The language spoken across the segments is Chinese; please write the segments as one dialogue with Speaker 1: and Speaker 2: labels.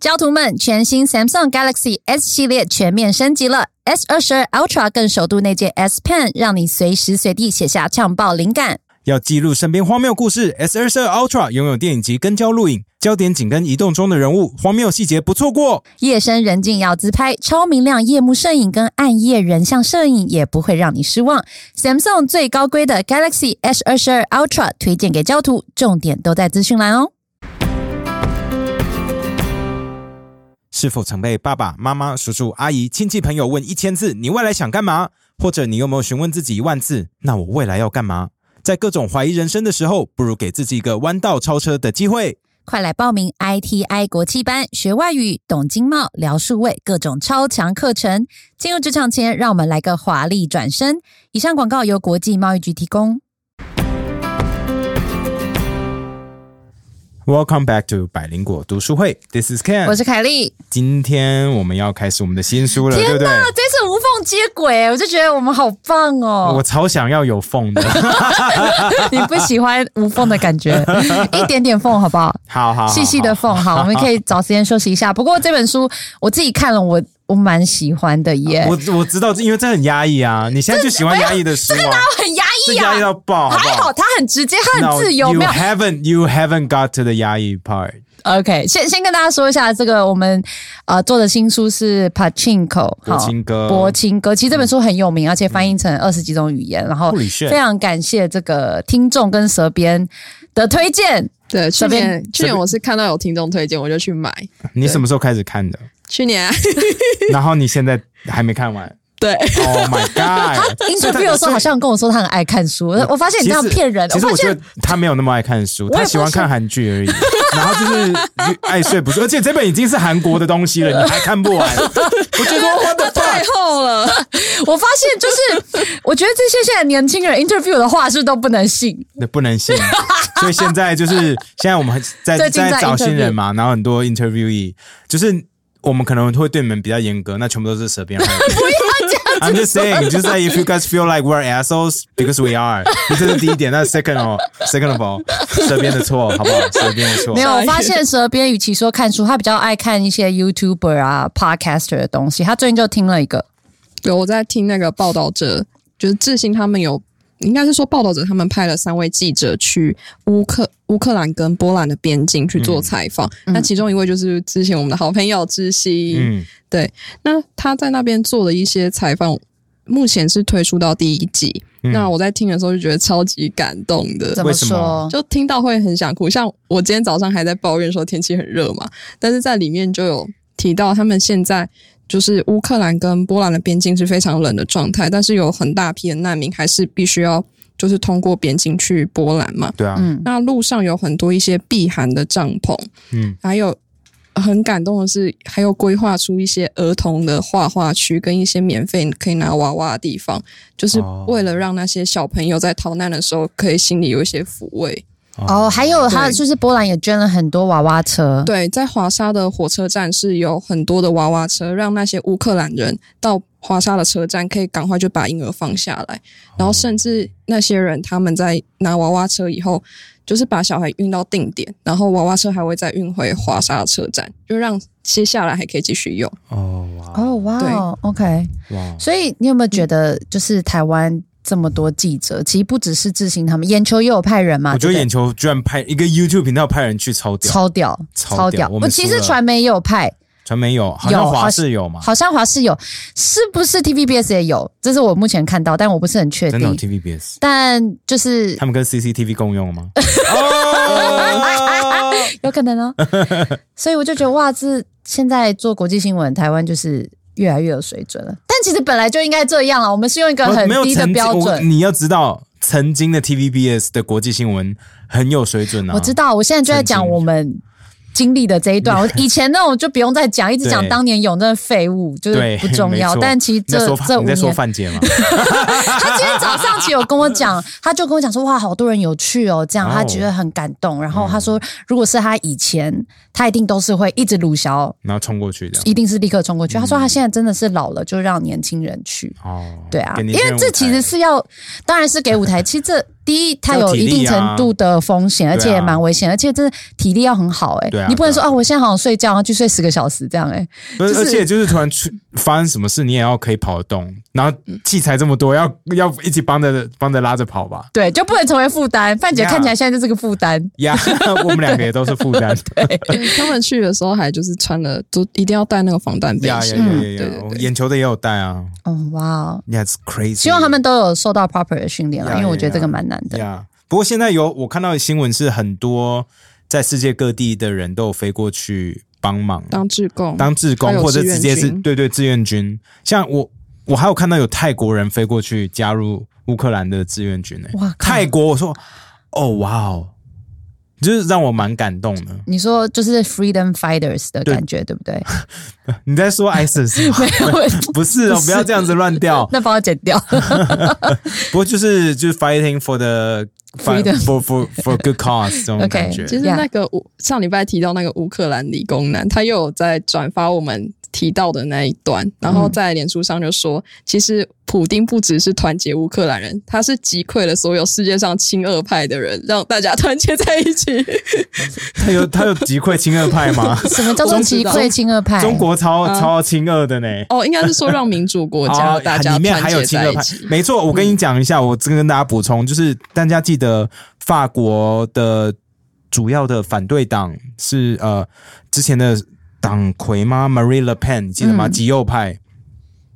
Speaker 1: 教徒们，全新 Samsung Galaxy S 系列全面升级了，S 二十二 Ultra 更首度内建 S Pen，让你随时随地写下呛爆灵感。
Speaker 2: 要记录身边荒谬故事，S 二十二 Ultra 拥有电影级跟焦录影，焦点紧跟移动中的人物，荒谬细节不错过。
Speaker 1: 夜深人静要自拍，超明亮夜幕摄影跟暗夜人像摄影也不会让你失望。Samsung 最高规的 Galaxy S 二十二 Ultra 推荐给教徒，重点都在资讯栏哦。
Speaker 2: 是否曾被爸爸妈妈、叔叔、阿姨、亲戚朋友问一千次“你未来想干嘛”，或者你有没有询问自己一万次“那我未来要干嘛”？在各种怀疑人生的时候，不如给自己一个弯道超车的机会。
Speaker 1: 快来报名 ITI 国际班，学外语、懂经贸、聊数位，各种超强课程。进入职场前，让我们来个华丽转身。以上广告由国际贸易局提供。
Speaker 2: Welcome back to 百灵果读书会，This is
Speaker 1: 我
Speaker 2: Ken。
Speaker 1: 是凯莉，
Speaker 2: 今天我们要开始我们的新书了，对不对？
Speaker 1: 啊，这次无缝接轨，我就觉得我们好棒
Speaker 2: 我
Speaker 1: 哦！
Speaker 2: 超想要有 缝的，
Speaker 1: 你不喜欢无缝的感 觉，一点点缝好不好？
Speaker 2: 好好好
Speaker 1: 细细的
Speaker 2: 好
Speaker 1: 缝，好，我们可以找时间休息一下。不过这本书我自己看了，我我蛮喜欢的耶，
Speaker 2: 我我知道，因为这很压抑啊！你现在就喜欢压抑的书啊，
Speaker 1: 很压
Speaker 2: 这
Speaker 1: 抑
Speaker 2: 压抑
Speaker 1: 啊，
Speaker 2: 到爆，好不
Speaker 1: 还好它很直接，它
Speaker 2: No,
Speaker 1: 很自由，
Speaker 2: you
Speaker 1: 没有
Speaker 2: haven't you haven't got to the 压抑 part。
Speaker 1: OK，先先跟大家说一下，这个我们呃做的新书是 Pachinko
Speaker 2: 国青哥嗯
Speaker 1: 博青哥，其实这本书很有名，而且翻译成二十几种语言，然后
Speaker 2: Holy shit
Speaker 1: 非常感谢这个听众跟蛇编的推 荐。
Speaker 3: 对，去
Speaker 1: 这边
Speaker 3: 年去年我是看到有听众推荐，我就去买。
Speaker 2: 你什么时候开始看的？
Speaker 3: 去 年、啊、
Speaker 2: 然后你现在还没看完
Speaker 3: 对，
Speaker 2: ？Oh my god！所以他
Speaker 1: interview 的时候好像跟我说他很爱看书，我发现你这样
Speaker 2: 其实
Speaker 1: 骗人，
Speaker 2: 其实
Speaker 1: 我
Speaker 2: 我
Speaker 1: 发
Speaker 2: 觉
Speaker 1: 现
Speaker 2: 得他没有那么爱看书，
Speaker 1: 也
Speaker 2: 他
Speaker 1: 发
Speaker 2: 喜欢看韩剧而已。然后就是 爱睡不睡，而且这本已经是韩国的东西了，你还看不 完？我就说我的
Speaker 3: 太厚了，
Speaker 1: 我发现就是，我觉得这些现在年轻人 interview 的话是都不能信，
Speaker 2: 那不能信。 所以现在就是现在我们在
Speaker 1: 最近在
Speaker 2: 在找新人嘛，然后很多 interviewee，就是我们可能会对你们比较严格，那全部都是舌边。不要这样 I'm just saying，就是 if you guys feel like we're assholes because we are，这是第一点。那 second of second of all，舌边 的错，好不好？舌边的错
Speaker 1: 没。有，
Speaker 3: 傻
Speaker 1: 我
Speaker 3: 眼
Speaker 1: 发现蛇编与其说看书，他比较爱看一些 YouTuber 啊、podcaster 的东西。他最近就听了一个，
Speaker 3: 有我在听那个报道者，就是志兴他们有，应该是说报道者他们派了三位记者去乌克乌克兰跟波兰的边境去做采访。那其中一位就是之前我们的好朋友志兴，
Speaker 2: 嗯，
Speaker 3: 对，那他在那边做的一些采访，目前是推出到第一集。
Speaker 2: 嗯
Speaker 3: 那我在听的时候就觉得超级感动的，
Speaker 1: 怎
Speaker 2: 为什
Speaker 1: 说
Speaker 2: 么？
Speaker 3: 就听到会很想哭。像我今天早上还在抱怨说天气很热嘛，但是在里面就有提到他们现在就是乌克兰跟波兰的边境是非常冷的状态，但是有很大批的难民还是必须要就是通过边境去波兰嘛。
Speaker 2: 对啊，
Speaker 1: 嗯，
Speaker 3: 那路上有很多一些避寒的帐篷，
Speaker 2: 嗯，
Speaker 3: 还有很感动的是，还有规划出一些儿童的画画区跟一些免费可以拿娃娃的地方，就是
Speaker 2: 哦
Speaker 3: 为了让那些小朋友在逃难的时候可以心里有一些抚慰。
Speaker 1: 哦，还有他
Speaker 3: 对
Speaker 1: 就是波兰也捐了很多娃娃车，
Speaker 3: 对，在华沙的火车站是有很多的娃娃车，让那些乌克兰人到华沙的车站可以赶快就把婴儿放下来，
Speaker 2: 哦
Speaker 3: 然后甚至那些人他们在拿娃娃车以后，就是把小孩运到定点，然后娃娃车还会再运回华沙的车站，就让接下来还可以继续 用。
Speaker 2: 哦
Speaker 1: 哦，哇哦，OK。
Speaker 2: 哇哇，
Speaker 1: 所以你有没有
Speaker 2: 嗯
Speaker 1: 觉得，就是台湾这么多记者，其实不只是志兴他们，眼球也有派人嘛？
Speaker 2: 我觉
Speaker 1: 啊对
Speaker 2: 得
Speaker 1: 不对
Speaker 2: 眼球居然派一个 YouTube 频道派人去超屌，
Speaker 1: 超屌，
Speaker 2: 超屌我
Speaker 1: 我
Speaker 2: 们
Speaker 1: 其
Speaker 2: 输
Speaker 1: 实
Speaker 2: 了
Speaker 1: 传媒也有派，
Speaker 2: 传媒有，好像
Speaker 1: 有
Speaker 2: 华
Speaker 1: 好
Speaker 2: 视有嘛，
Speaker 1: 好像华视有，是不是 TVBS 也有？这是我目前看到，但我不是很确
Speaker 2: 真的有
Speaker 1: 定。
Speaker 2: TVBS，
Speaker 1: 但就是
Speaker 2: 他们跟 CCTV 共用吗？哦
Speaker 1: 有可能 哦。所以我就觉得哇，这现在做国际新闻，台湾就是越来越有水准了。但其实本来就应该这样了，我们是用一个
Speaker 2: 我
Speaker 1: 很
Speaker 2: 没有
Speaker 1: 低的
Speaker 2: 曾经
Speaker 1: 标
Speaker 2: 我嗯
Speaker 1: 准。
Speaker 2: 你要知道，曾经的 TVBS 的国际新闻很有水准啊。
Speaker 1: 我知道，我现在就在讲
Speaker 2: 曾经
Speaker 1: 我们。经历的这一段， 我以前那种就不用再讲，一直讲
Speaker 2: 对
Speaker 1: 当年有那废物就是
Speaker 2: 对
Speaker 1: 不重
Speaker 2: 没
Speaker 1: 要。
Speaker 2: 错
Speaker 1: 但其实
Speaker 2: 你在
Speaker 1: 这
Speaker 2: 说
Speaker 1: 这
Speaker 2: 范
Speaker 1: 五
Speaker 2: 你在说
Speaker 1: 年，
Speaker 2: 范姐吗？
Speaker 1: 他今天早上其实有跟我讲，他就跟我讲说，哇，好多人有去哦，这样
Speaker 2: 哦
Speaker 1: 他觉得很感动。然后他说，
Speaker 2: 嗯
Speaker 1: 如果是他以前，他一定都是会一直鲁小，
Speaker 2: 然后冲过去 这样。
Speaker 1: 一定是立刻冲
Speaker 2: 嗯
Speaker 1: 过去。他说他现在真的是老了，就让年轻人去。
Speaker 2: 哦，
Speaker 1: 对啊，
Speaker 2: 给你一
Speaker 1: 因
Speaker 2: 些
Speaker 1: 为这
Speaker 2: 舞台
Speaker 1: 其实是要，当然是给舞台。其实这第 一，它
Speaker 2: 啊
Speaker 1: 有一定程度的风险，而且也蛮危险，而且真的体力要很好哎、
Speaker 2: 对啊
Speaker 1: 你不能说
Speaker 2: 对啊
Speaker 1: 哦，我现在好想睡觉，然后去睡十个小时这样哎、
Speaker 2: 不是
Speaker 1: 就是
Speaker 2: 而且就是突然出发生什么事，你也要可以跑得动，然后器材这么多，要 要一起帮着帮着拉着跑吧。
Speaker 1: 对，就不能成为负担。范姐
Speaker 2: 嗯 Yeah
Speaker 1: 看起来现在就是个负担，
Speaker 2: 呀、 我们两个也都是负 担。
Speaker 3: 对他们去的时候还就是穿了，都一定要带那个防弹背
Speaker 2: 呀呀
Speaker 3: 心。
Speaker 2: 呀
Speaker 1: 嗯
Speaker 2: 呀
Speaker 3: 对
Speaker 2: 呀！
Speaker 3: 对
Speaker 2: 我
Speaker 3: 对
Speaker 2: 眼球的也有带啊。
Speaker 1: 哦哇哦，
Speaker 2: Yeah，it's crazy。
Speaker 1: 希望他们都有受到 proper 的训练了
Speaker 2: Yeah，
Speaker 1: 因为我觉得
Speaker 2: yeah，
Speaker 1: 这个蛮难的。
Speaker 2: 呀不过现在有我看到的新闻是很多在世界各地的人都有飞过去帮忙
Speaker 3: 当志工，
Speaker 2: 当志
Speaker 3: 还
Speaker 2: 工，
Speaker 3: 有
Speaker 2: 或者
Speaker 3: 志愿
Speaker 2: 直接是
Speaker 3: 军
Speaker 2: 对对志愿军。像我我还有看到有泰国人飞过去加入乌克兰的志愿军呢、
Speaker 1: 哇靠
Speaker 2: 泰国我说哦哇哦，就是让我蛮感动的。
Speaker 1: 你说就是 freedom fighters 的感觉，对不对？
Speaker 2: 你在说 ISIS 吗？
Speaker 1: 没有，
Speaker 2: 不是哦，
Speaker 1: 不是
Speaker 2: 不要这样子乱掉。
Speaker 1: 那帮我剪 掉。
Speaker 2: 不过就是就是 fighting for the
Speaker 1: Freedom
Speaker 2: for for for good cause 这种
Speaker 1: Okay
Speaker 2: 感觉。
Speaker 3: 其实那个乌上礼拜提到那个乌克兰理工男，他又有在转发我们提到的那一段，然后在脸书上就说，其实普丁不只是团结乌克兰人，他是击溃了所有世界上亲俄派的人，让大家 团结在一起。
Speaker 2: 他有他有击溃亲俄派吗？
Speaker 1: 什么叫做击溃亲俄派？
Speaker 2: 中国超
Speaker 3: 啊
Speaker 2: 超亲俄的呢。
Speaker 3: 哦，应该是说让民主国
Speaker 2: 好，
Speaker 3: 家大家
Speaker 2: 哦里面
Speaker 3: 团
Speaker 2: 还有
Speaker 3: 结
Speaker 2: 亲
Speaker 3: 在
Speaker 2: 俄
Speaker 3: 一
Speaker 2: 派
Speaker 3: 起，。
Speaker 2: 没错。我跟你讲一下，我这个跟大家补充，就是大家记得法国的主要的反对党是呃之前的党魁吗？Marie Le Pen，你记得吗？
Speaker 1: 嗯
Speaker 2: 极右派。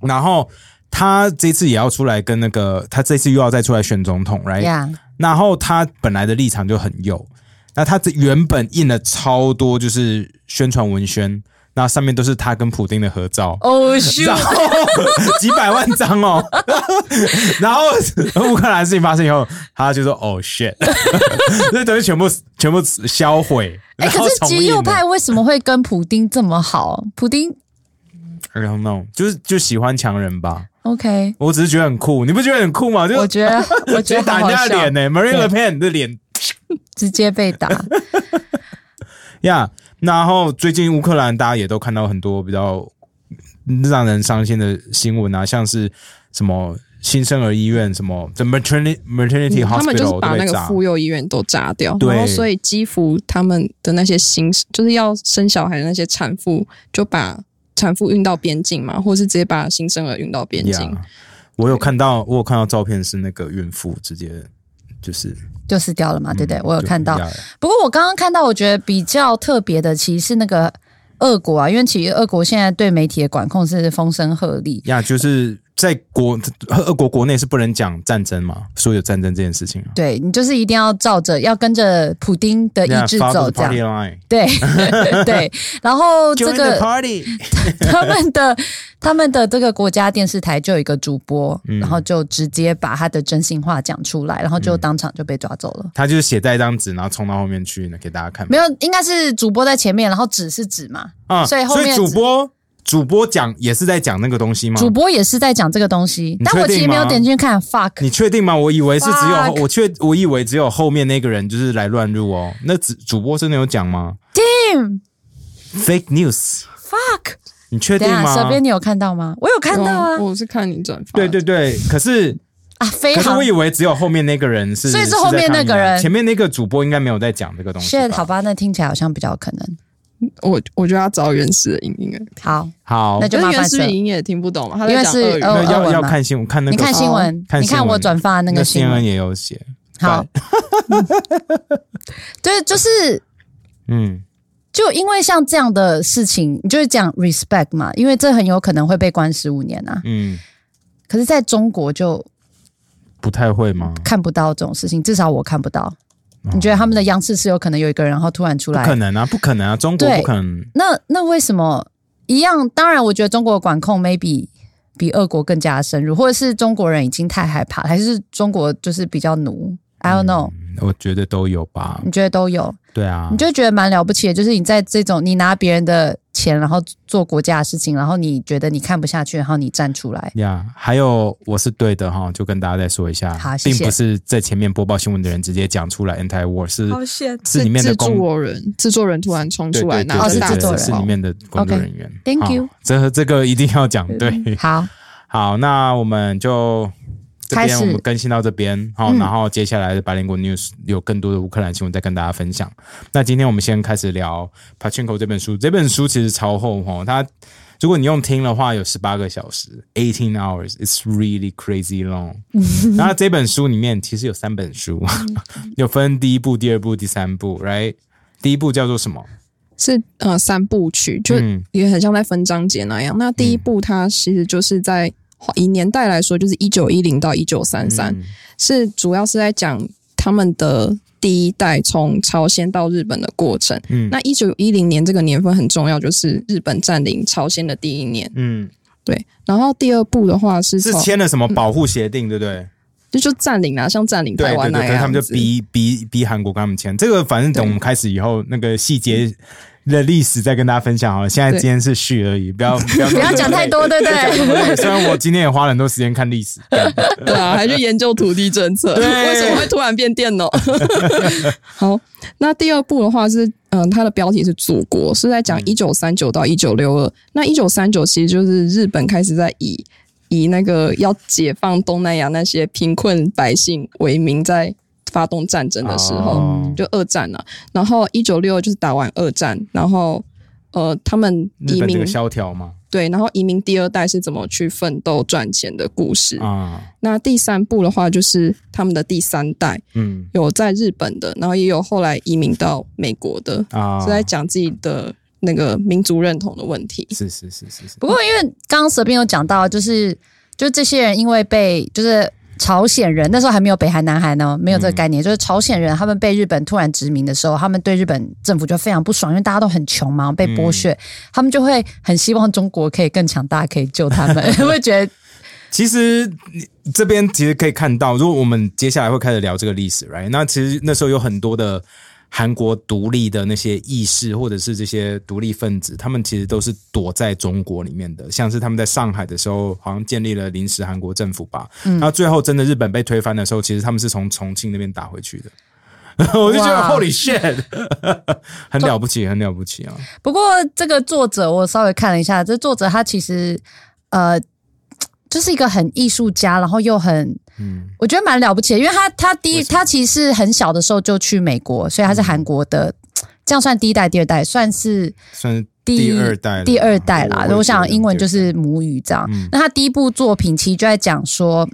Speaker 2: 然后他这次也要出来跟那个，他这次又要再出来选总统，right？
Speaker 1: 呀，
Speaker 2: 然后他本来的立场就很右，那他这原本印了超多就是宣传文宣，那上面都是他跟普丁的合照。
Speaker 1: 哦
Speaker 2: 然
Speaker 1: shoot，
Speaker 2: 后 几百万张哦， 然后乌克兰事情发生以后，他就说：“哦、shit，那东西全部全部销毁。”
Speaker 1: 哎，
Speaker 2: 然后
Speaker 1: 可是
Speaker 2: 重印
Speaker 1: 极右
Speaker 2: 了
Speaker 1: 派为什么会跟普丁这么好？普丁
Speaker 2: ，I don't know，就是就喜欢强人吧。
Speaker 1: OK，
Speaker 2: 我只是觉得很酷，你不觉得很酷吗？就
Speaker 1: 我觉 得我
Speaker 2: 直
Speaker 1: 觉
Speaker 2: 接
Speaker 1: 得
Speaker 2: 打
Speaker 1: 好
Speaker 2: 人
Speaker 1: 好
Speaker 2: 家的
Speaker 1: 笑，
Speaker 2: 脸呢、m a r i n Le Pen 的脸
Speaker 1: 直接被打。
Speaker 2: 呀。然后最近乌克兰大家也都看到很多比较嗯让人伤心的新闻啊，像是什么新生儿医院，什么 the maternity maternity
Speaker 1: 嗯
Speaker 3: 嗯他们就是
Speaker 2: hospital
Speaker 3: 把
Speaker 2: 都
Speaker 3: 那
Speaker 2: 被
Speaker 3: 个
Speaker 2: 炸。
Speaker 3: 妇幼医院都炸掉，
Speaker 2: 对
Speaker 3: 然后所以基辅他们的那些新就是要生小孩的那些产妇，就把产妇运到边境嘛，或是直接把新生儿运到边境。
Speaker 2: 呀我有看到，我有看到照片是那个孕妇直接就是，
Speaker 1: 就死掉了啊嘛，对不对？
Speaker 2: 嗯
Speaker 1: 我有看到
Speaker 2: 就。呀
Speaker 1: 不过我刚刚看到，我觉得比较特别的其实是那个俄国啊，因为其实俄国现在对媒体的管控是风声鹤唳。
Speaker 2: 呀，就是在国俄国国内是不能讲战争嘛，说有战争这件事情啊。
Speaker 1: 对你就是一定要照着，要跟着普丁的意志
Speaker 2: Yeah, follow
Speaker 1: 呃走，
Speaker 2: the
Speaker 1: 这样
Speaker 2: party line.
Speaker 1: 对 对。然后这
Speaker 2: Join the
Speaker 1: 个
Speaker 2: party，
Speaker 1: 他们的他们的这个国家电视台就有一个主播，
Speaker 2: 嗯
Speaker 1: 然后就直接把他的真心话讲出来，然后就当场就被抓走了。
Speaker 2: 他就是写在一张纸，然后冲到后面去，给大家看。
Speaker 1: 没有，应该是主播在前面，然后指是指嘛，
Speaker 2: 啊，
Speaker 1: 所以后面
Speaker 2: 主播主播讲也是在讲那个东西吗？
Speaker 1: 主播也是在讲这个东西，
Speaker 2: 嗯你
Speaker 1: 但我
Speaker 2: 确定
Speaker 1: 其实没有
Speaker 2: 吗
Speaker 1: 点进去看。fuck，
Speaker 2: 你确定吗？我以为是只有
Speaker 1: Fuck
Speaker 2: 我确我以为只有后面那个人就是来乱入哦。那主主播真的有讲吗
Speaker 1: Damn
Speaker 2: ？Fake news，
Speaker 1: fuck！
Speaker 2: 你确定
Speaker 1: 等一
Speaker 2: 吗
Speaker 1: 下，？小编你有看到吗？我有看到啊
Speaker 3: 哦我是看你转发，
Speaker 2: 对对对，可是
Speaker 1: 啊，飞
Speaker 2: 可是
Speaker 1: 航
Speaker 2: 我以为只有后面那个人是，
Speaker 1: 所以是
Speaker 2: 是在
Speaker 1: 后面那个人
Speaker 2: 抗议啊前面那个主播应该没有在讲这个东西吧。
Speaker 1: shit，好吧，那听起来好像比较有可能。
Speaker 3: 我我觉得要找原始的音音乐，
Speaker 1: 好，
Speaker 2: 好，
Speaker 1: 那就
Speaker 3: 可
Speaker 1: 麻
Speaker 3: 是
Speaker 1: 烦
Speaker 3: 原始
Speaker 1: 谁
Speaker 3: 的音也听不懂嘛，他
Speaker 1: 因
Speaker 3: 在
Speaker 1: 为
Speaker 3: 讲
Speaker 1: 是
Speaker 3: 俄
Speaker 1: 呃
Speaker 3: 语。
Speaker 2: 那
Speaker 1: 俄
Speaker 2: 要
Speaker 1: 文
Speaker 2: 要
Speaker 1: 嘛
Speaker 2: 看新闻，看那
Speaker 1: 你
Speaker 2: 个哦
Speaker 1: 看新闻，
Speaker 2: 看
Speaker 1: 你
Speaker 2: 新
Speaker 1: 看
Speaker 2: 闻
Speaker 1: 我转发的那
Speaker 2: 那
Speaker 1: 个新
Speaker 2: CNN
Speaker 1: 闻。
Speaker 2: 也有写，
Speaker 1: 好， 对，就是
Speaker 2: 嗯，
Speaker 1: 就因为像这样的事情，你就是讲 respect 嘛，因为这很有可能会被关十五年啊。
Speaker 2: 嗯，
Speaker 1: 可是在中国就
Speaker 2: 不太会吗？
Speaker 1: 看不到这种事情，至少我看不到。你觉得他们的央视是有可能有一个人，然后突然出
Speaker 2: 不
Speaker 1: 来？
Speaker 2: 可能啊，不可能啊，中国
Speaker 1: 对
Speaker 2: 不可能。
Speaker 1: 那那为什么一样？当然，我觉得中国的管控 maybe 比俄国更加深入，或者是中国人已经太害怕了，还是中国就是比较奴？I don't know，、
Speaker 2: 嗯我觉得都有吧。
Speaker 1: 你觉得都有？
Speaker 2: 对啊
Speaker 1: 嗯你，就会觉得蛮了不起的，就是你在这种你拿别人的钱，然后做国家的事情，然后你觉得你看不下去，然后你站出来。
Speaker 2: 呀还有我是对的哈，就跟大家再说一下，
Speaker 1: 好谢谢
Speaker 2: 并不是在前面播报新闻的人直接讲出来 anti war 是是里面的
Speaker 3: 制
Speaker 2: 工
Speaker 3: 作人，制作人突然冲
Speaker 2: 对
Speaker 3: 出
Speaker 2: 对
Speaker 3: 来
Speaker 2: 对
Speaker 3: 拿
Speaker 1: 哦是
Speaker 2: 对
Speaker 3: 着大
Speaker 1: 制
Speaker 2: 对
Speaker 1: 作
Speaker 3: 字
Speaker 2: 是
Speaker 1: 人
Speaker 2: 里
Speaker 3: 报，
Speaker 2: 面的工作
Speaker 1: OK，
Speaker 2: 人员。
Speaker 1: thank 嗯
Speaker 2: 好
Speaker 1: you
Speaker 2: 这这个一定要讲对。
Speaker 1: 好，
Speaker 2: 好，那我们就这
Speaker 1: 开
Speaker 2: 边
Speaker 1: 始
Speaker 2: 我们更新到这边，好，
Speaker 1: 嗯
Speaker 2: 然后接下来的白灵国 news 有更多的乌克兰新闻再跟大家分享。那今天我们先开始聊 Pachinko 这本书，这本书其实超厚哦，它如果你用听的话有十八个小时，eighteen hours，it's really crazy long。然后这本书里面其实有三本书， 有分第一部、第二部、第三部，right？第一部叫做什么？
Speaker 3: 是呃三部曲，就
Speaker 2: 嗯
Speaker 3: 也很像在分章节那样。那第一部它其实就是在以年代来说，就是一九一零到一九三三，
Speaker 2: 嗯
Speaker 3: 是主要是在讲他们的第一代从朝鲜到日本的过程。
Speaker 2: 嗯
Speaker 3: 那一九一零年这个年份很重要，就是日本占领朝鲜的第一年。
Speaker 2: 嗯，
Speaker 3: 对，然后第二部的话是
Speaker 2: 是
Speaker 3: 从
Speaker 2: 签了什么保护协定，对不对？
Speaker 3: 就就占领啊，像占领
Speaker 2: 对
Speaker 3: 台
Speaker 2: 对
Speaker 3: 湾那
Speaker 2: 对，可是
Speaker 3: 样
Speaker 2: 他们就
Speaker 3: 子
Speaker 2: 逼逼逼韩国跟他们签。这个反正等我们开始以后，那个细节的历史再跟大家分享好了。现在
Speaker 3: 对
Speaker 2: 今天是序而已，不 要不要不
Speaker 1: 不要讲太。多，对不 对？
Speaker 2: 对，虽然我今天也花了很多时间看历史，但
Speaker 3: 对啊，还去研究土地政策，
Speaker 2: 对
Speaker 3: 为什么会突然变 电脑？好，那第二部的话是，嗯、它的标题是“祖国”，是在
Speaker 2: 嗯
Speaker 3: 讲一九三九到一九六二。那一九三九其实就是日本开始在以以那个要解放东南亚那些贫困百姓为名，在发动战争的时候，
Speaker 2: 哦
Speaker 3: 就二战了、然后一九六二就是打完二战，然后呃，他们
Speaker 2: 日 本
Speaker 3: 移
Speaker 2: 这
Speaker 3: 民
Speaker 2: 个萧条嘛，
Speaker 3: 对，然后移民第二代是怎么去奋斗赚钱的故事。
Speaker 2: 啊，
Speaker 3: 那第三部的话，就是他们的第三代
Speaker 2: 嗯
Speaker 3: 有在日本的，然后也有后来移民到美国的，
Speaker 2: 啊
Speaker 3: 是，在讲自己的那个民族认同的问题。
Speaker 2: 是是是是是，
Speaker 1: 不过因为刚刚蛇边有讲到，就是就这些人因为被就是。朝鲜人那时候还没有北韩、南韩呢，没有这个概念。就是朝鲜人他们被日本突然殖民的时候，他们对日本政府就非常不爽，因为大家都很穷嘛，被剥削，他们就会很希望中国可以更强大，可以救他们，会觉得
Speaker 2: 其实你这边其实可以看到，如果我们接下来会开始聊这个历史，right？那其实那时候有很多的韩国独立的那些意识，或者是这些独立分子，他们其实都是躲在中国里面的。像是他们在上海的时候，好像建立了临时韩国政府吧。
Speaker 1: 嗯
Speaker 2: 然后最后真的日本被推翻的时候，其实他们是从重庆那边打回去的。 我就觉得
Speaker 1: 哇
Speaker 2: Holy shit，很了不起，很了不起啊！
Speaker 1: 不过这个作者我稍微看了一下，这作者他其实呃，就是一个很艺术家，然后又很。
Speaker 2: 嗯
Speaker 1: 我觉得蛮了不起的，因为他他第一
Speaker 2: 为什么嗯
Speaker 1: 他其实是很小的时候就去美国，所以他是韩国的，这样算第一代、第二代，算是
Speaker 2: 算是
Speaker 1: 第
Speaker 2: 第二代了，
Speaker 1: 第二代啦。
Speaker 2: 会
Speaker 1: 我
Speaker 2: 觉
Speaker 1: 想
Speaker 2: 得
Speaker 1: 英文
Speaker 2: 第
Speaker 1: 就
Speaker 2: 二
Speaker 1: 是母语这样。
Speaker 2: 嗯
Speaker 1: 那他第一部作品其实就在讲说，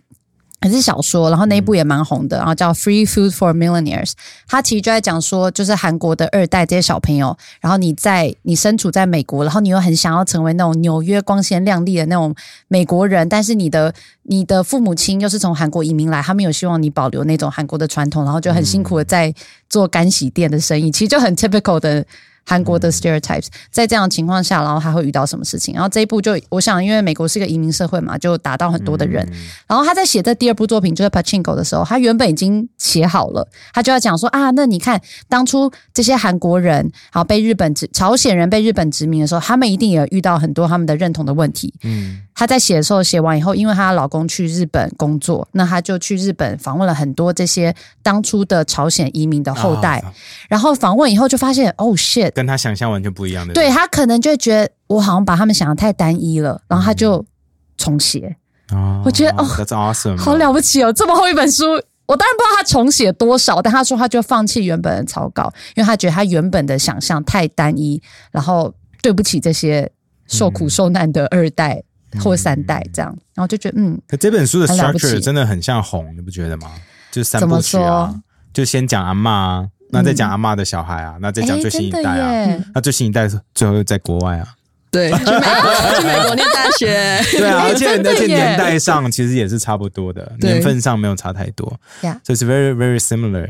Speaker 1: 也是小说，然后那一
Speaker 2: 嗯
Speaker 1: 部也蛮红的，然后叫《Free Food for Millionaires》。他其实就在讲说，就是韩国的二代这些小朋友，然后你在你身处在美国，然后你又很想要成为那种纽约光鲜亮丽的那种美国人，但是你的你的父母亲又是从韩国移民来，他们有希望你保留那种韩国的传统，然后就很辛苦的在做干洗店的生意，其实就很 typical 的。韩国
Speaker 2: 嗯
Speaker 1: 的 stereotypes，在这样的情况下，然后他会遇到什么事情？然后这一部就，我想，因为美国是一个移民社会嘛，就打到很多的人，
Speaker 2: 嗯
Speaker 1: 然后他在写这第二部作品就是《Pachinko》的时候，他原本已经写好了，他就要讲说啊，那你看当初这些韩国人，然后被日本殖、朝鲜人被日本殖民的时候，他们一定也遇到很多他们的认同的问题。
Speaker 2: 嗯
Speaker 1: 她在写的时候，写完以后，因为她老公去日本工作，那她就去日本访问了很多这些当初的朝鲜移民的后代，
Speaker 2: 啊
Speaker 1: 然后访问以后就发现，哦 shit，
Speaker 2: 跟他想象完全不一样的。
Speaker 1: 对他可能就会觉得我好像把他们想的太单一了，然后他
Speaker 2: 嗯
Speaker 1: 就重写。
Speaker 2: 哦
Speaker 1: 我觉得哦
Speaker 2: ，That's awesome，
Speaker 1: 好了不起哦，这么厚一本书，我当然不知道他重写多少，但他说他就放弃原本的草稿，因为他觉得他原本的想象太单一，然后对不起这些受苦受难的二代或三代这样，然后就觉得嗯，
Speaker 2: 可这本书的
Speaker 1: 很了不起
Speaker 2: structure 真的很像红，你不觉得吗？就是三部曲
Speaker 1: 怎么
Speaker 2: 啊，就先讲阿嬷啊，那再讲阿嬷的小孩啊，那再讲
Speaker 1: 诶
Speaker 2: 最新
Speaker 1: 哎
Speaker 2: 一
Speaker 1: 真的
Speaker 2: 代啊，
Speaker 1: 耶，
Speaker 2: 那最新一代是最后又在国外啊，
Speaker 3: 对， 去美国去美国念大学。
Speaker 2: 对 啊，
Speaker 1: 诶
Speaker 2: 而且
Speaker 1: 哎真的
Speaker 2: 而且
Speaker 1: 耶
Speaker 2: 年代上其实也是差不多的，
Speaker 3: 对
Speaker 2: 年份上没有差太多，
Speaker 1: 呀
Speaker 2: 所以是 very very similar。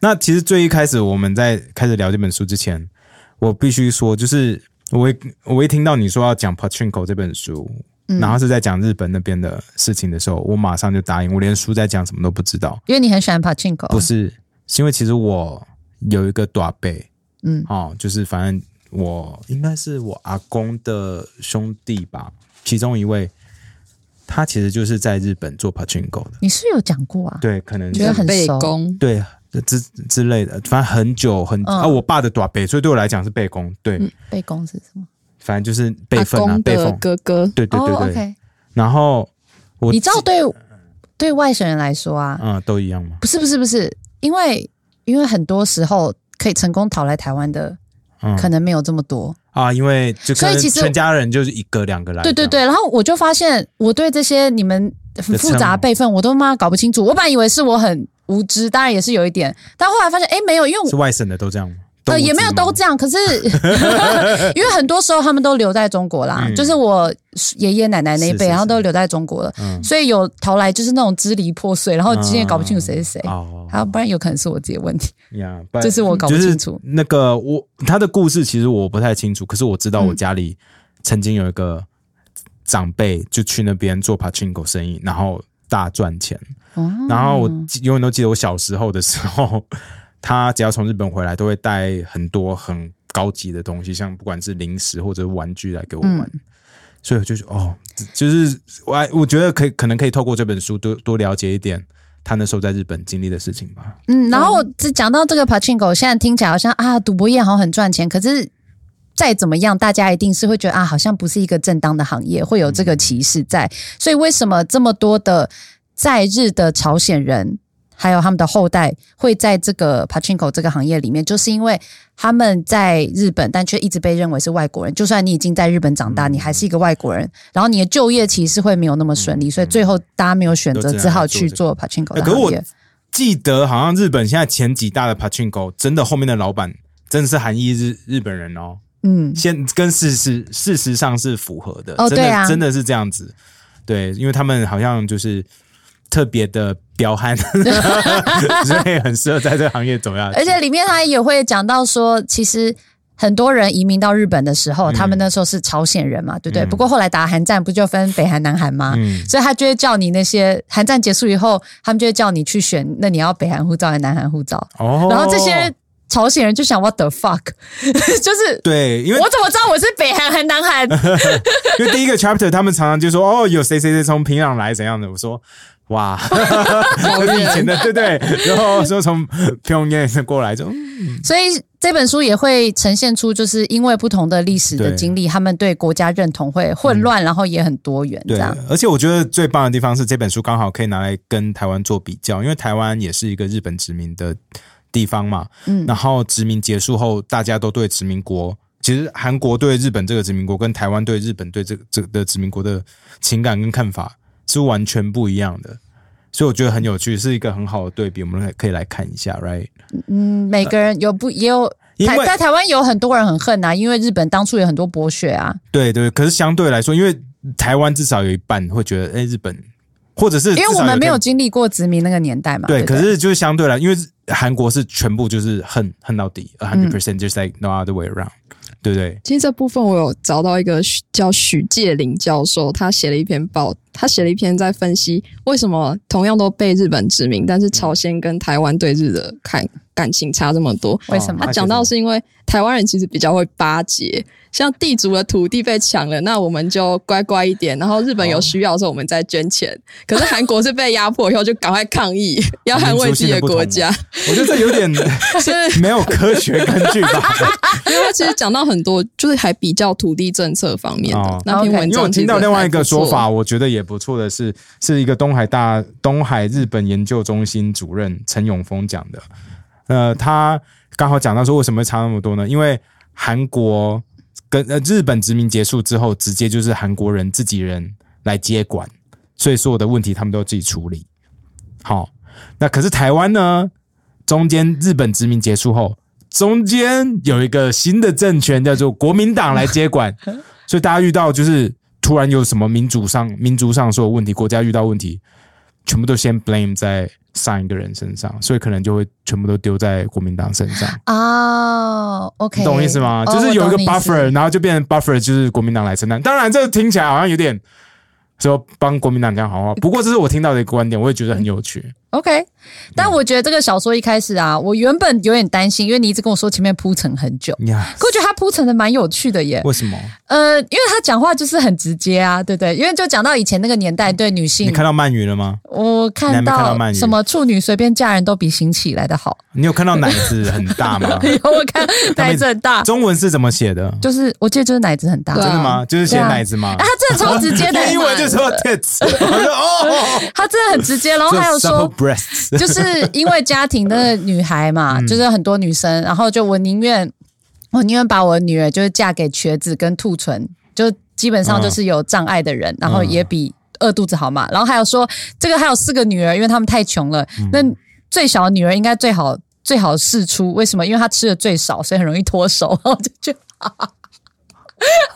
Speaker 2: 那其实最一开始我们在开始聊这本书之前，我必须说，就是我一我一听到你说要讲 Pachinko 这本书，
Speaker 1: 嗯
Speaker 2: 然后是在讲日本那边的事情的时候，我马上就答应，我连书在讲什么都不知道。
Speaker 1: 因为你很喜欢 Pachinko，
Speaker 2: 不是，是因为其实我有一个短辈，
Speaker 1: 嗯
Speaker 2: 哦，就是反正我应该是我阿公的兄弟吧，其中一位，他其实就是在日本做 Pachinko 的，
Speaker 1: 你是有讲过啊？
Speaker 2: 对，可能
Speaker 1: 觉得
Speaker 2: 是
Speaker 1: 很
Speaker 3: 背
Speaker 1: 熟
Speaker 3: 公，
Speaker 2: 对之之类的，反正很久很、
Speaker 1: 嗯
Speaker 2: 啊，我爸的短辈，所以对我来讲是背公，对，
Speaker 1: 背公是什么？
Speaker 2: 反正就是
Speaker 3: 阿
Speaker 2: 辈分啊
Speaker 3: 公，
Speaker 2: 辈
Speaker 3: 的
Speaker 2: 分，
Speaker 1: 哦
Speaker 3: 哥哥，
Speaker 2: 对对对对，
Speaker 1: 哦，OK，
Speaker 2: 然后我
Speaker 1: 你知道对对外省人来说啊，
Speaker 2: 嗯，都一样吗？
Speaker 1: 不是不是不是，因为因为很多时候可以成功逃来台湾的，
Speaker 2: 嗯，
Speaker 1: 可能没有这么多。
Speaker 2: 啊，因为就可
Speaker 1: 所以
Speaker 2: 能
Speaker 1: 其实
Speaker 2: 全家人就是一个两个来，
Speaker 1: 对对，对，然后我就发现我对这些你们很
Speaker 2: 的
Speaker 1: 复杂
Speaker 2: 称呼
Speaker 1: 辈分我都妈搞不清楚，我本来以为是我很无知，当然也是有一点，但后来发现哎没有，因为我
Speaker 2: 是外省的都这样吗？
Speaker 1: 呃，也没有都这样， 可是因为很多时候他们都留在中国啦，
Speaker 2: 嗯
Speaker 1: 就是我爷爷奶奶那一
Speaker 2: 是
Speaker 1: 辈，
Speaker 2: 是嗯
Speaker 1: 然后都
Speaker 2: 是
Speaker 1: 留在中国了，
Speaker 2: 样
Speaker 1: 所以有逃来就是那种支离破碎，然后今天也搞不清楚谁是谁，
Speaker 2: 哦，
Speaker 1: 还有不然有可能是我自己的问题，
Speaker 2: 呀，
Speaker 1: 这是我搞不
Speaker 2: 就是
Speaker 1: 清楚。
Speaker 2: 那个我他的故事其实我不太清楚，可是我知道
Speaker 1: 嗯
Speaker 2: 我家里曾经有一个长辈就去那边做 pachinko 生意，然后大赚钱。
Speaker 1: 哦
Speaker 2: 然后我记永远都记得我小时候的时候， 他只要从日本回来，都会带很多很高级的东西，像不管是零食或者是玩具来给我玩。
Speaker 1: 嗯
Speaker 2: 所以我就觉得哦，就是我还我觉得可以可能可以透过这本书多多了解一点他那时候在日本经历的事情吧。
Speaker 1: 嗯，然后只讲到这个 pachinko，现在听起来好像啊，赌博业好像很赚钱，可是再怎么样，大家一定是会觉得啊，好像不是一个正当的行业，会有这个歧视在。所以为什么这么多的在日的朝鲜人，还有他们的后代，会在这个 pachinko 这个行业里面，就是因为他们在日本，但却一直被认为是外国人。就算你已经在日本长大，你还是一个外国人，然后你的就业歧视会没有那么顺利，所以最后大家没有选择，
Speaker 2: 都只能
Speaker 1: 只好
Speaker 2: 来做
Speaker 1: 去
Speaker 2: 这
Speaker 1: 做 pachinko
Speaker 2: 哎
Speaker 1: 的
Speaker 2: 可是
Speaker 1: 行
Speaker 2: 我
Speaker 1: 业。
Speaker 2: 记得好像日本现在前几大的 pachinko 真的后面的老板真的是韩裔日日本人哦，
Speaker 1: 嗯，
Speaker 2: 现跟事实事实上是符合的，
Speaker 1: 哦
Speaker 2: 真的
Speaker 1: 对啊
Speaker 2: 真的是这样子，对，因为他们好像就是特别的彪悍， 所以很适合在这个行业走下去。
Speaker 1: 而且里面他也会讲到说，其实很多人移民到日本的时
Speaker 2: 嗯
Speaker 1: 候，他们那时候是朝鲜人嘛，对不对？不过后来打韩战，不就分北韩、南韩吗？
Speaker 2: 嗯，
Speaker 1: 所以他就会叫你那些韩战结束以后，他们就会叫你去选，那你要北韩护照还是南韩护照？
Speaker 2: 哦，
Speaker 1: 然后这些朝鲜人就想 What the fuck，就是
Speaker 2: 对，因为
Speaker 1: 我怎么知道我是北韩还是南 韩？
Speaker 2: 因为第一个 chapter 他们常常就说哦，有谁谁谁从平壤来怎样的，我说。哇，这是以前的，对对，然后说从平壤过来就，嗯
Speaker 1: 所以这本书也会呈现出，就是因为不同的历史的
Speaker 2: 对嗯
Speaker 1: 经历，他们对国家认同会混乱，然后也很多元，这
Speaker 2: 对
Speaker 1: 样。，
Speaker 2: 而且我觉得最棒的地方是这本书刚好可以拿来跟台湾做比较，因为台湾也是一个日本殖民的地方嘛。
Speaker 1: 嗯
Speaker 2: 然后殖民结束后，大家都对殖民国，其实韩国对日本这个殖民国跟台湾对日本对这个这个的殖民国的情感跟看法是完全不一样的。所以我觉得很有趣，是一个很好的对比，我们可以来看一下，right？
Speaker 1: 嗯，每个人有不也有
Speaker 2: 因
Speaker 1: 台
Speaker 2: 为
Speaker 1: 在台湾有很多人很恨啊，因为日本当初有很多剥削啊，
Speaker 2: 对对，可是相对来说，因为台湾至少有一半会觉得，哎，日本或者是
Speaker 1: 因为
Speaker 2: 至
Speaker 1: 我
Speaker 2: 少
Speaker 1: 们
Speaker 2: 一
Speaker 1: 没有
Speaker 2: 个
Speaker 1: 经历过殖民那个年代嘛。
Speaker 2: 对，
Speaker 1: 不
Speaker 2: 可是就是相对来，因为韩国是全部就是恨恨到底，a hundred percent，just like no other way around，对不对？
Speaker 3: 其实这部分我有找到一个许叫许介林教授，他写了一篇报，他写了一篇在分析为什么同样都被日本殖民，但是朝鲜跟台湾对日的感感情差这么多。
Speaker 1: 为什么
Speaker 2: 哦
Speaker 3: 他讲到是因为台湾人其实比较会巴结，像地主的土地被抢了，那我们就乖乖一点，然后
Speaker 2: 哦
Speaker 3: 日本有需要的时候我们再捐钱。可是韩国是被压迫以后就赶快 抗议，要捍卫自己的国家。
Speaker 2: 我觉得这有 点
Speaker 3: 所以
Speaker 2: 没有科学根据吧。
Speaker 3: 因为他其实讲到很多，就是还比较土地政策方面的、
Speaker 2: 哦
Speaker 3: 那篇
Speaker 1: OK
Speaker 3: 文
Speaker 2: 因为我
Speaker 3: 章其
Speaker 2: 听
Speaker 3: 实还
Speaker 2: 到
Speaker 3: 不错。
Speaker 2: 另外一个说法，我觉得也不错的是，是一个东海大东海日本研究中心主任陈永峰讲的。呃，他刚好讲到说，为什么会差那么多呢？因为韩国跟呃日本殖民结束之后，直接就是韩国人自己人来接管，所以所有的问题他们都自己处理。好，那可是台湾呢？中间日本殖民结束后，中间有一个新的政权叫做国民党来接管，所以大家遇到就是突然有什么民主上民族上所有问题，国家遇到问题，全部都先 blame 在上一个人身上，所以可能就会全部都丢在国民党身上。
Speaker 1: 啊哦，OK，
Speaker 2: 哎你懂我意思吗？
Speaker 1: 哦
Speaker 2: 就是有一个
Speaker 1: 我懂你意思
Speaker 2: buffer，然后就变成 buffer，就是国民党来承担。当然，这听 起来好像有点说帮国民党讲好话，不过这是我听到的一个观点，我也觉得很有趣。
Speaker 1: OK，但
Speaker 2: 嗯
Speaker 1: 我觉得这个小说一开始啊，我原本有点担心，因为你一直跟我说前面铺陈很久，
Speaker 2: 呀，
Speaker 1: 可我觉得他铺陈的蛮有趣的耶。
Speaker 2: 为什么？
Speaker 1: 呃，因为他讲话就是很直接啊，对不对？因为就讲到以前那个年代对女
Speaker 2: 你
Speaker 1: 性，
Speaker 2: 看到鳗鱼了吗？
Speaker 1: 我看
Speaker 2: 你还没看到
Speaker 1: 到
Speaker 2: 鳗鱼
Speaker 1: 什么处女随便嫁人都比行乞来的 好，
Speaker 2: 你有看到奶子很大 吗？
Speaker 1: 有我看奶子很大，
Speaker 2: 中文是怎么写的？
Speaker 1: 就是我记得就是奶子很大，
Speaker 3: 对
Speaker 1: 啊，
Speaker 3: 啊
Speaker 2: 真的吗？就是写
Speaker 1: 对啊
Speaker 2: 奶子 吗？
Speaker 1: 他真的超直接的，
Speaker 2: 英文就说 tits，我说哦，
Speaker 1: 他真的很直接，然哦后还有
Speaker 2: 就
Speaker 1: 说
Speaker 2: supple。breasts，
Speaker 1: 就是因为家庭的女孩嘛，就是很多女生，然后就我宁愿我宁愿把我女儿就是嫁给瘸子跟兔唇，就基本上就是有障碍的人，然后也比饿肚子好嘛。然后还有说这个还有四个女儿，因为他们太穷了，那最小的女儿应该最好最好试出，为什么？因为她吃的最少，所以很容易脱手。然后我就觉得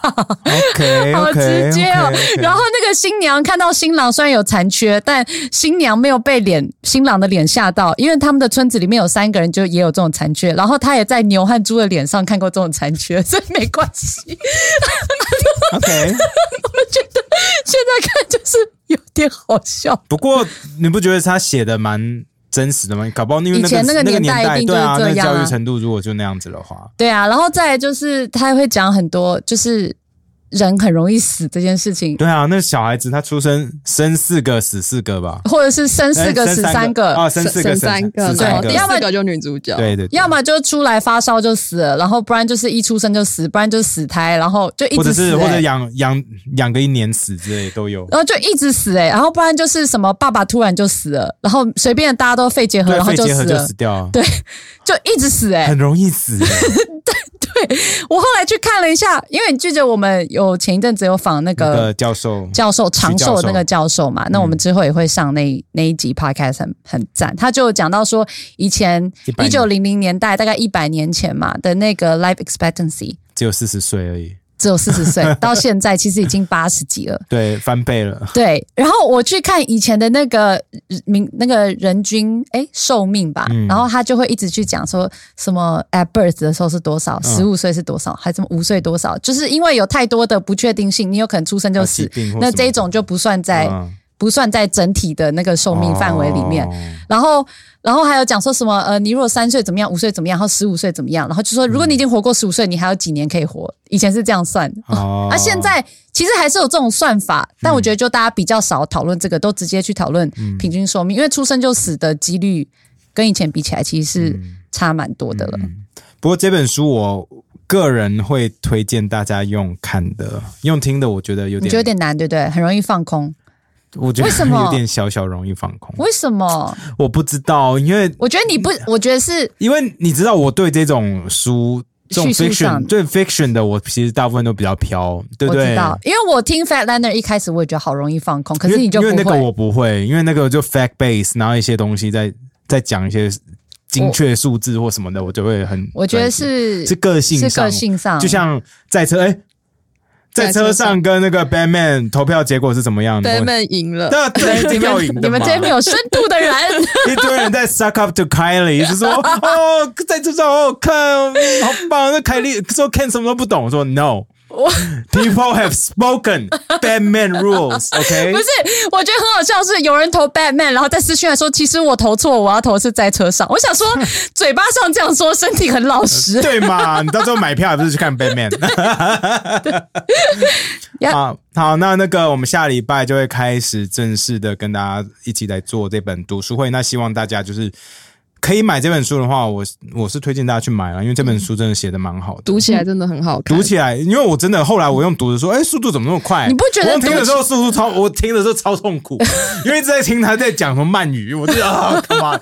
Speaker 2: OK，
Speaker 1: 好直接哦。然
Speaker 2: 后
Speaker 1: 后那个新娘看到新郎虽然有残缺，但新娘没有被脸新郎的脸吓到，因为他们的村子里面有三个人就也有这种残缺，然后他也在牛和猪的脸上看过这种残缺，所以没关系。
Speaker 2: OK，
Speaker 1: 现在看就是有点好笑。
Speaker 2: 不过你不觉得他写的蛮真实的吗？搞不好因为
Speaker 1: 以前那
Speaker 2: 个
Speaker 1: 个
Speaker 2: 那个
Speaker 1: 年代
Speaker 2: 代，
Speaker 1: 一定
Speaker 2: 对啊，
Speaker 1: 就是
Speaker 2: 那
Speaker 1: 这样啊
Speaker 2: 教育程度如果就那样子的话，
Speaker 1: 对啊，然后再来就是他会讲很多，就是人很容易死这件事情，
Speaker 2: 对啊，那小孩子他出生生四个死四个吧，
Speaker 1: 或者是生
Speaker 2: 哎
Speaker 1: 四个死三个，
Speaker 2: 哦，生四个
Speaker 3: 省三
Speaker 2: 死
Speaker 3: 个，
Speaker 1: 对
Speaker 2: 三
Speaker 3: 然后
Speaker 2: 个
Speaker 3: 第，
Speaker 1: 要不
Speaker 3: 四个就女主角，
Speaker 2: 对对，对
Speaker 1: 要么就出来发烧就死了，然后不然就是一出生就死，不然就是死胎，然后就一
Speaker 2: 或者
Speaker 1: 直死、欸
Speaker 2: 是或者养养养个一年死之类都有。
Speaker 1: 然后就一直死哎、欸，然后不然就是什么爸爸突然就死了，然后随便大家都肺结核，
Speaker 2: 对，
Speaker 1: 然后
Speaker 2: 肺
Speaker 1: 就
Speaker 2: 结核
Speaker 1: 死
Speaker 2: 就
Speaker 1: 了
Speaker 2: 死，掉了，
Speaker 1: 对，就一直死哎、欸。
Speaker 2: 很容 易死。
Speaker 1: 我后来去看了一下，因为你记得我们有前一阵子有访那
Speaker 2: 那
Speaker 1: 个
Speaker 2: 个教授，嗯
Speaker 1: 教授长寿的那个教授嘛，那我们之后也会上那那一集 podcast 很很赞，他就有讲到说以前
Speaker 2: 100
Speaker 1: 一九零零年代大概一百年前嘛的那个 life expectancy
Speaker 2: 只有四十岁而已，
Speaker 1: 只有四十 岁，到现在其实已经八十几了。
Speaker 2: 对，翻 倍了。
Speaker 1: 对，然后我去看以前的那个民那个人均哎寿命吧，
Speaker 2: 嗯
Speaker 1: 然后他就会一直去讲说什么 at birth 的时候是多少，
Speaker 2: 嗯
Speaker 1: 十五岁是多少，还什么五岁多少，就是因为有太多的不确定性，你有可能出生就
Speaker 2: 啊疾
Speaker 1: 死
Speaker 2: 病或，
Speaker 1: 那
Speaker 2: 什么
Speaker 1: 这一种就不算在、
Speaker 2: 嗯
Speaker 1: 不算在整体的那个寿命范围里面。
Speaker 2: 哦
Speaker 1: 然后，然后还有讲说什么呃，你如果三岁怎么样，五岁怎么样，然后十五岁怎么样，然后就说如果你已经活过十五岁，你还有几年可以活？以前是这样算 的，
Speaker 2: 哦
Speaker 1: 啊，现在其实还是有这种算
Speaker 2: 嗯
Speaker 1: 法，但我觉得就大家比较少讨论这个，都直接去讨论
Speaker 2: 嗯
Speaker 1: 平均寿命，因为出生就死的几率跟以前比起来，其实是
Speaker 2: 嗯
Speaker 1: 差蛮多的了。
Speaker 2: 不过这本书我个人会推荐大家用看的，用听的我觉得有
Speaker 1: 你
Speaker 2: 点，嗯
Speaker 1: 觉得有点难，对不对？很容易放空，
Speaker 2: 我觉得
Speaker 1: 为什么
Speaker 2: 有点小小容易放空。
Speaker 1: 为什么？
Speaker 2: 我不知道，因为
Speaker 1: 我觉得你不，我觉得是
Speaker 2: 因为你知道我对这种书。这种
Speaker 1: 叙述
Speaker 2: fiction
Speaker 1: 上
Speaker 2: 对 fiction 的，我其实大部分都比较飘，对
Speaker 1: 我
Speaker 2: 不对？
Speaker 1: 知道，因为我听 Fatlander 一开始我也觉得好容易放空，可是你就
Speaker 2: 因
Speaker 1: 不
Speaker 2: 为因为那个
Speaker 1: 会。
Speaker 2: 我不会，因为那个就 fact base，然后一些东西在在讲一些精确数字或什么的，我就会很。
Speaker 1: 我觉得是
Speaker 2: 是个性上
Speaker 1: 是个性上，
Speaker 2: 就像在车哎、在
Speaker 3: 在车
Speaker 2: 车上跟那个 Batman 投票结果是怎么样的？
Speaker 3: 对们赢了，
Speaker 2: 那这一定要赢
Speaker 1: 你
Speaker 2: 的嘛
Speaker 1: 们这些没有深度的人，
Speaker 2: 一堆人在 suck up to Kylie，是 说哦，在车上好好看哦，嗯好棒。那凯莉说 Ken 什么都不懂，我说 No，people have spoken，Batman rules，OK、
Speaker 1: 不是？我觉得很好笑，是有人投 Batman，然后在私讯来说，其实我投错，我要投是在车上。我 想说，嘴巴上这样说，身体很老实。
Speaker 2: 对嘛？你到时候买票还不是去 看 Batman？
Speaker 1: Yeah
Speaker 2: 啊，好，那那个我们下礼拜就会开始正式的跟大家一起来做这本读书会。那希望大家就是可以买这本书的话，我是我是推荐大家去买啊了，因为这
Speaker 1: 嗯
Speaker 2: 本书真的写的蛮好的。
Speaker 3: 读起来真的很好看，
Speaker 2: 读起来，因为我真的后来我用读的说，哎、速度怎么那么快？
Speaker 1: 你不觉得
Speaker 2: 我用听
Speaker 1: 读
Speaker 2: 的
Speaker 1: 起
Speaker 2: 时候速度超，我听的时候超痛 苦，因为一直在听他在讲什么鳗鱼，我就啊，干嘛？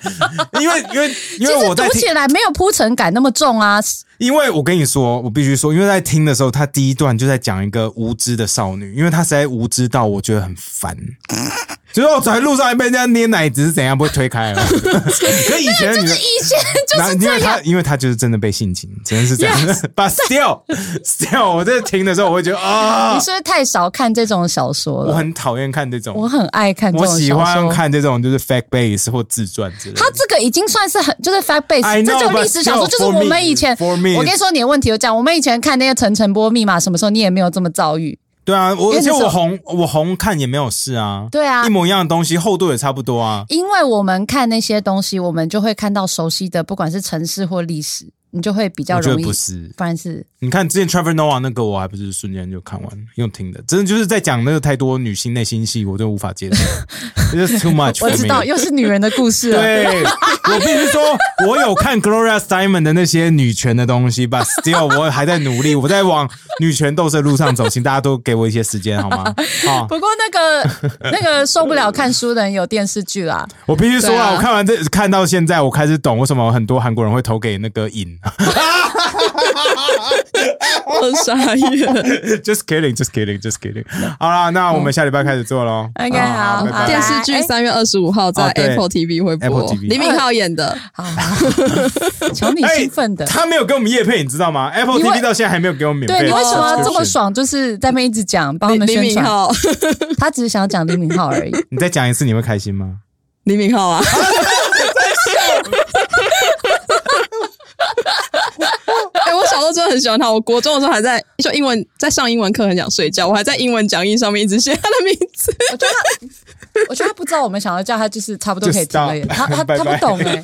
Speaker 2: 因为因为
Speaker 1: 其
Speaker 2: 因为
Speaker 1: 实
Speaker 2: 我在
Speaker 1: 读
Speaker 2: 听
Speaker 1: 起，来没有铺陈感那么重啊，
Speaker 2: 因为我跟你说，我必须说，因为在听的时候，他第一段就在讲一个无知的少女，因为她实在无知到我觉得很 烦。就是我走在路上还被人家捏奶子是怎样，不会推 开了。可以前的女人，
Speaker 1: 以前就
Speaker 2: 然后
Speaker 1: 是
Speaker 2: 因
Speaker 1: 这样。
Speaker 2: 为她因为她就是真的被性侵，真的是这样。But still still，我在听的时候，我会觉得啊
Speaker 1: 你，是不是太少看这种小说
Speaker 2: 我
Speaker 1: 了？
Speaker 2: 很讨厌看这种，
Speaker 1: 我很爱看这
Speaker 2: 我
Speaker 1: 种小
Speaker 2: 喜
Speaker 1: 说。
Speaker 2: 欢看这种就是 fact base 或自传之类的
Speaker 1: 他。这个已经算是很就是 fact base，
Speaker 2: I know,
Speaker 1: 这就历史小
Speaker 2: but
Speaker 1: 说，
Speaker 2: still,
Speaker 1: 就是我
Speaker 2: for me,
Speaker 1: 们以前
Speaker 2: for me,
Speaker 1: 我跟你说，你的问题就这样，我们以前看那些陈晨波密码什么时候，你也没有这么遭遇。
Speaker 2: 对啊，
Speaker 1: 因
Speaker 2: 我
Speaker 1: 为那
Speaker 2: 而
Speaker 1: 时
Speaker 2: 且
Speaker 1: 候
Speaker 2: 我红我红看也没有事啊，
Speaker 1: 对啊
Speaker 2: 一，模一样的东西，厚度也差不多啊。
Speaker 1: 因为我们看那些东西，我们就会看到熟悉的，不管是城市或历史，你就会比较
Speaker 2: 我觉
Speaker 1: 容
Speaker 2: 得
Speaker 1: 易。
Speaker 2: 不是，
Speaker 1: 不然是
Speaker 2: 你看之前 Trevor Noah 那个，我还不是瞬间就看完用听的，真的就是在讲那个太多女性内心戏，我就无法接受 ，It's too much。
Speaker 1: 我知道，。又是女人的故事了。啊
Speaker 2: 对，我必须说，我有看 Gloria Simon 的那些女权的东西吧，still 我还在努力，我在往女权斗士的路上走，请大家都给我一些时间好 吗？好，
Speaker 1: 不过那个 那个受不了看书的人有电视剧啦，
Speaker 2: 我必须说
Speaker 3: 对
Speaker 2: 啊，
Speaker 3: 啊
Speaker 2: 我看完这看到现在，我开始懂为什么很多韩国人会投给那个尹。
Speaker 3: 我傻眼。
Speaker 2: just kidding，just kidding，just kidding。好啦，那我们下礼拜开始做喽。
Speaker 1: OK，好
Speaker 2: 拜拜
Speaker 1: 好
Speaker 3: 电视剧三月二十五号在
Speaker 2: 哦对
Speaker 3: Apple TV 会
Speaker 2: Apple
Speaker 3: 播，
Speaker 2: TV
Speaker 3: 李敏镐演的。
Speaker 1: 好，
Speaker 2: 哎
Speaker 1: 瞧你兴奋的。
Speaker 2: 他没有给我们叶配，你知道吗？Apple
Speaker 1: 你为
Speaker 2: TV 到现在还没有给我们免
Speaker 1: 对
Speaker 2: 费
Speaker 1: 你
Speaker 2: 的 subscription。
Speaker 1: 为什么这么爽？就是在那边一直讲，帮我
Speaker 3: 李
Speaker 1: 们
Speaker 3: 李
Speaker 1: 宣
Speaker 3: 敏
Speaker 1: 传。
Speaker 3: 镐，
Speaker 1: 他只是想要讲李敏镐而已。
Speaker 2: 你再讲一次，你会开心吗？
Speaker 3: 李敏镐啊， 哎、我小时候真的很喜欢他。我国中的时候还在就英文在上英文课，很想睡觉，我还在英文讲义上面一直写他的名字。
Speaker 1: 我觉得他，我觉得他不知道我们想要叫他，就是差不多可以停了耶。
Speaker 2: 就 stop
Speaker 1: 他他
Speaker 2: 拜
Speaker 1: 他
Speaker 2: 拜
Speaker 1: 不懂哎、